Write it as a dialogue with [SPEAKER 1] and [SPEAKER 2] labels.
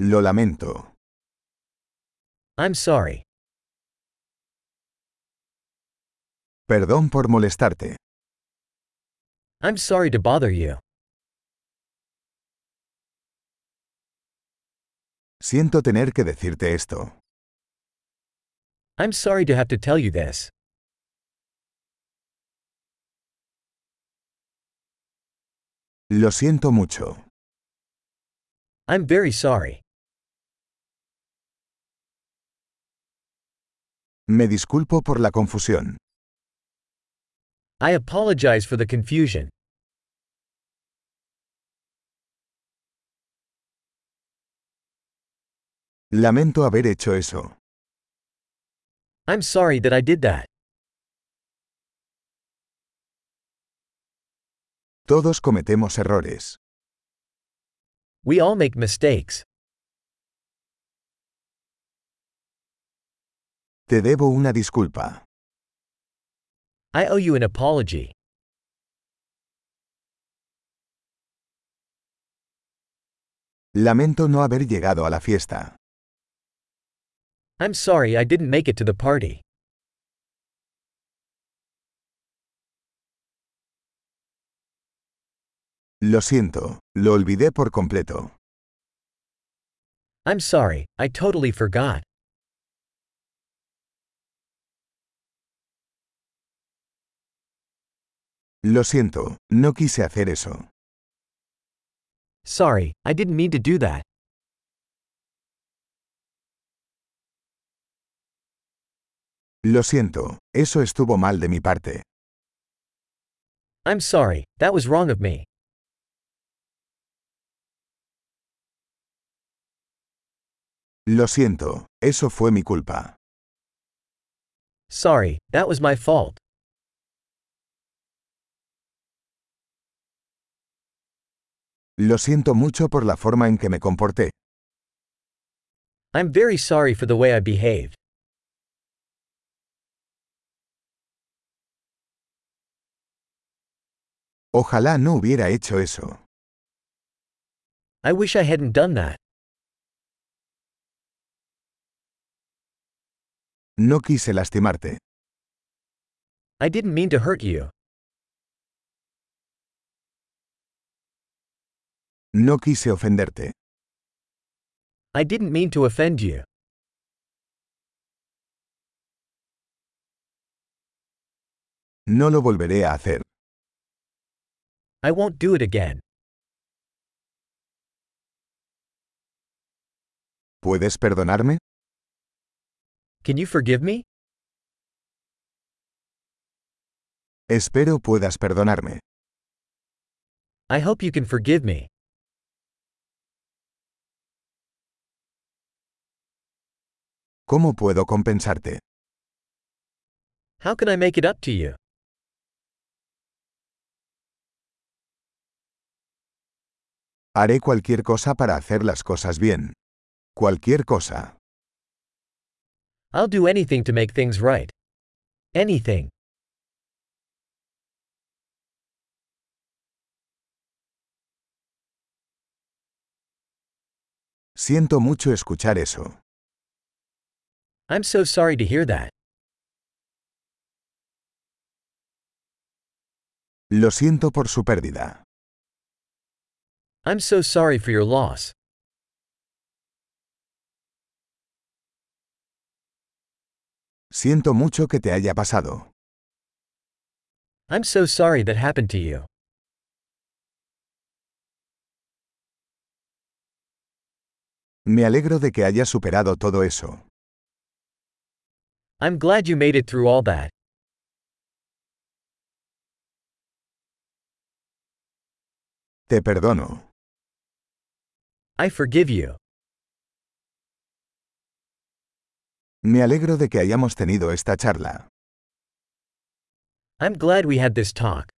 [SPEAKER 1] Lo lamento.
[SPEAKER 2] I'm sorry.
[SPEAKER 1] Perdón por molestarte.
[SPEAKER 2] I'm sorry to bother you.
[SPEAKER 1] Siento tener que decirte esto.
[SPEAKER 2] I'm sorry to have to tell you this.
[SPEAKER 1] Lo siento mucho.
[SPEAKER 2] I'm very sorry.
[SPEAKER 1] Me disculpo por la confusión.
[SPEAKER 2] I apologize for the confusion.
[SPEAKER 1] Lamento haber hecho eso.
[SPEAKER 2] I'm sorry that I did that.
[SPEAKER 1] Todos cometemos errores.
[SPEAKER 2] We all make mistakes.
[SPEAKER 1] Te debo una disculpa.
[SPEAKER 2] I owe you an apology.
[SPEAKER 1] Lamento no haber llegado a la fiesta.
[SPEAKER 2] I'm sorry I didn't make it to the party.
[SPEAKER 1] Lo siento, lo olvidé por completo.
[SPEAKER 2] I'm sorry, I totally forgot.
[SPEAKER 1] Lo siento, no quise hacer eso.
[SPEAKER 2] Sorry, I didn't mean to do that.
[SPEAKER 1] Lo siento, eso estuvo mal de mi parte.
[SPEAKER 2] I'm sorry, that was wrong of me.
[SPEAKER 1] Lo siento, eso fue mi culpa.
[SPEAKER 2] Sorry, that was my fault.
[SPEAKER 1] Lo siento mucho por la forma en que me comporté.
[SPEAKER 2] I'm very sorry for the way I behaved.
[SPEAKER 1] Ojalá no hubiera hecho eso.
[SPEAKER 2] I wish I hadn't done that.
[SPEAKER 1] No quise lastimarte.
[SPEAKER 2] I didn't mean to hurt you.
[SPEAKER 1] No quise ofenderte.
[SPEAKER 2] I didn't mean to offend you.
[SPEAKER 1] No lo volveré a hacer.
[SPEAKER 2] I won't do it again.
[SPEAKER 1] ¿Puedes perdonarme?
[SPEAKER 2] Can you forgive me?
[SPEAKER 1] Espero puedas perdonarme.
[SPEAKER 2] I hope you can forgive me.
[SPEAKER 1] ¿Cómo puedo compensarte?
[SPEAKER 2] How can I make it up to you?
[SPEAKER 1] Haré cualquier cosa para hacer las cosas bien. Cualquier cosa.
[SPEAKER 2] I'll do anything to make things right. Anything.
[SPEAKER 1] Siento mucho escuchar eso.
[SPEAKER 2] I'm so sorry to hear that.
[SPEAKER 1] Lo siento por su pérdida.
[SPEAKER 2] I'm so sorry for your loss.
[SPEAKER 1] Siento mucho que te haya pasado.
[SPEAKER 2] I'm so sorry that happened to you.
[SPEAKER 1] Me alegro de que hayas superado todo eso.
[SPEAKER 2] I'm glad you made it through all that.
[SPEAKER 1] Te perdono.
[SPEAKER 2] I forgive you.
[SPEAKER 1] Me alegro de que hayamos tenido esta charla.
[SPEAKER 2] I'm glad we had this talk.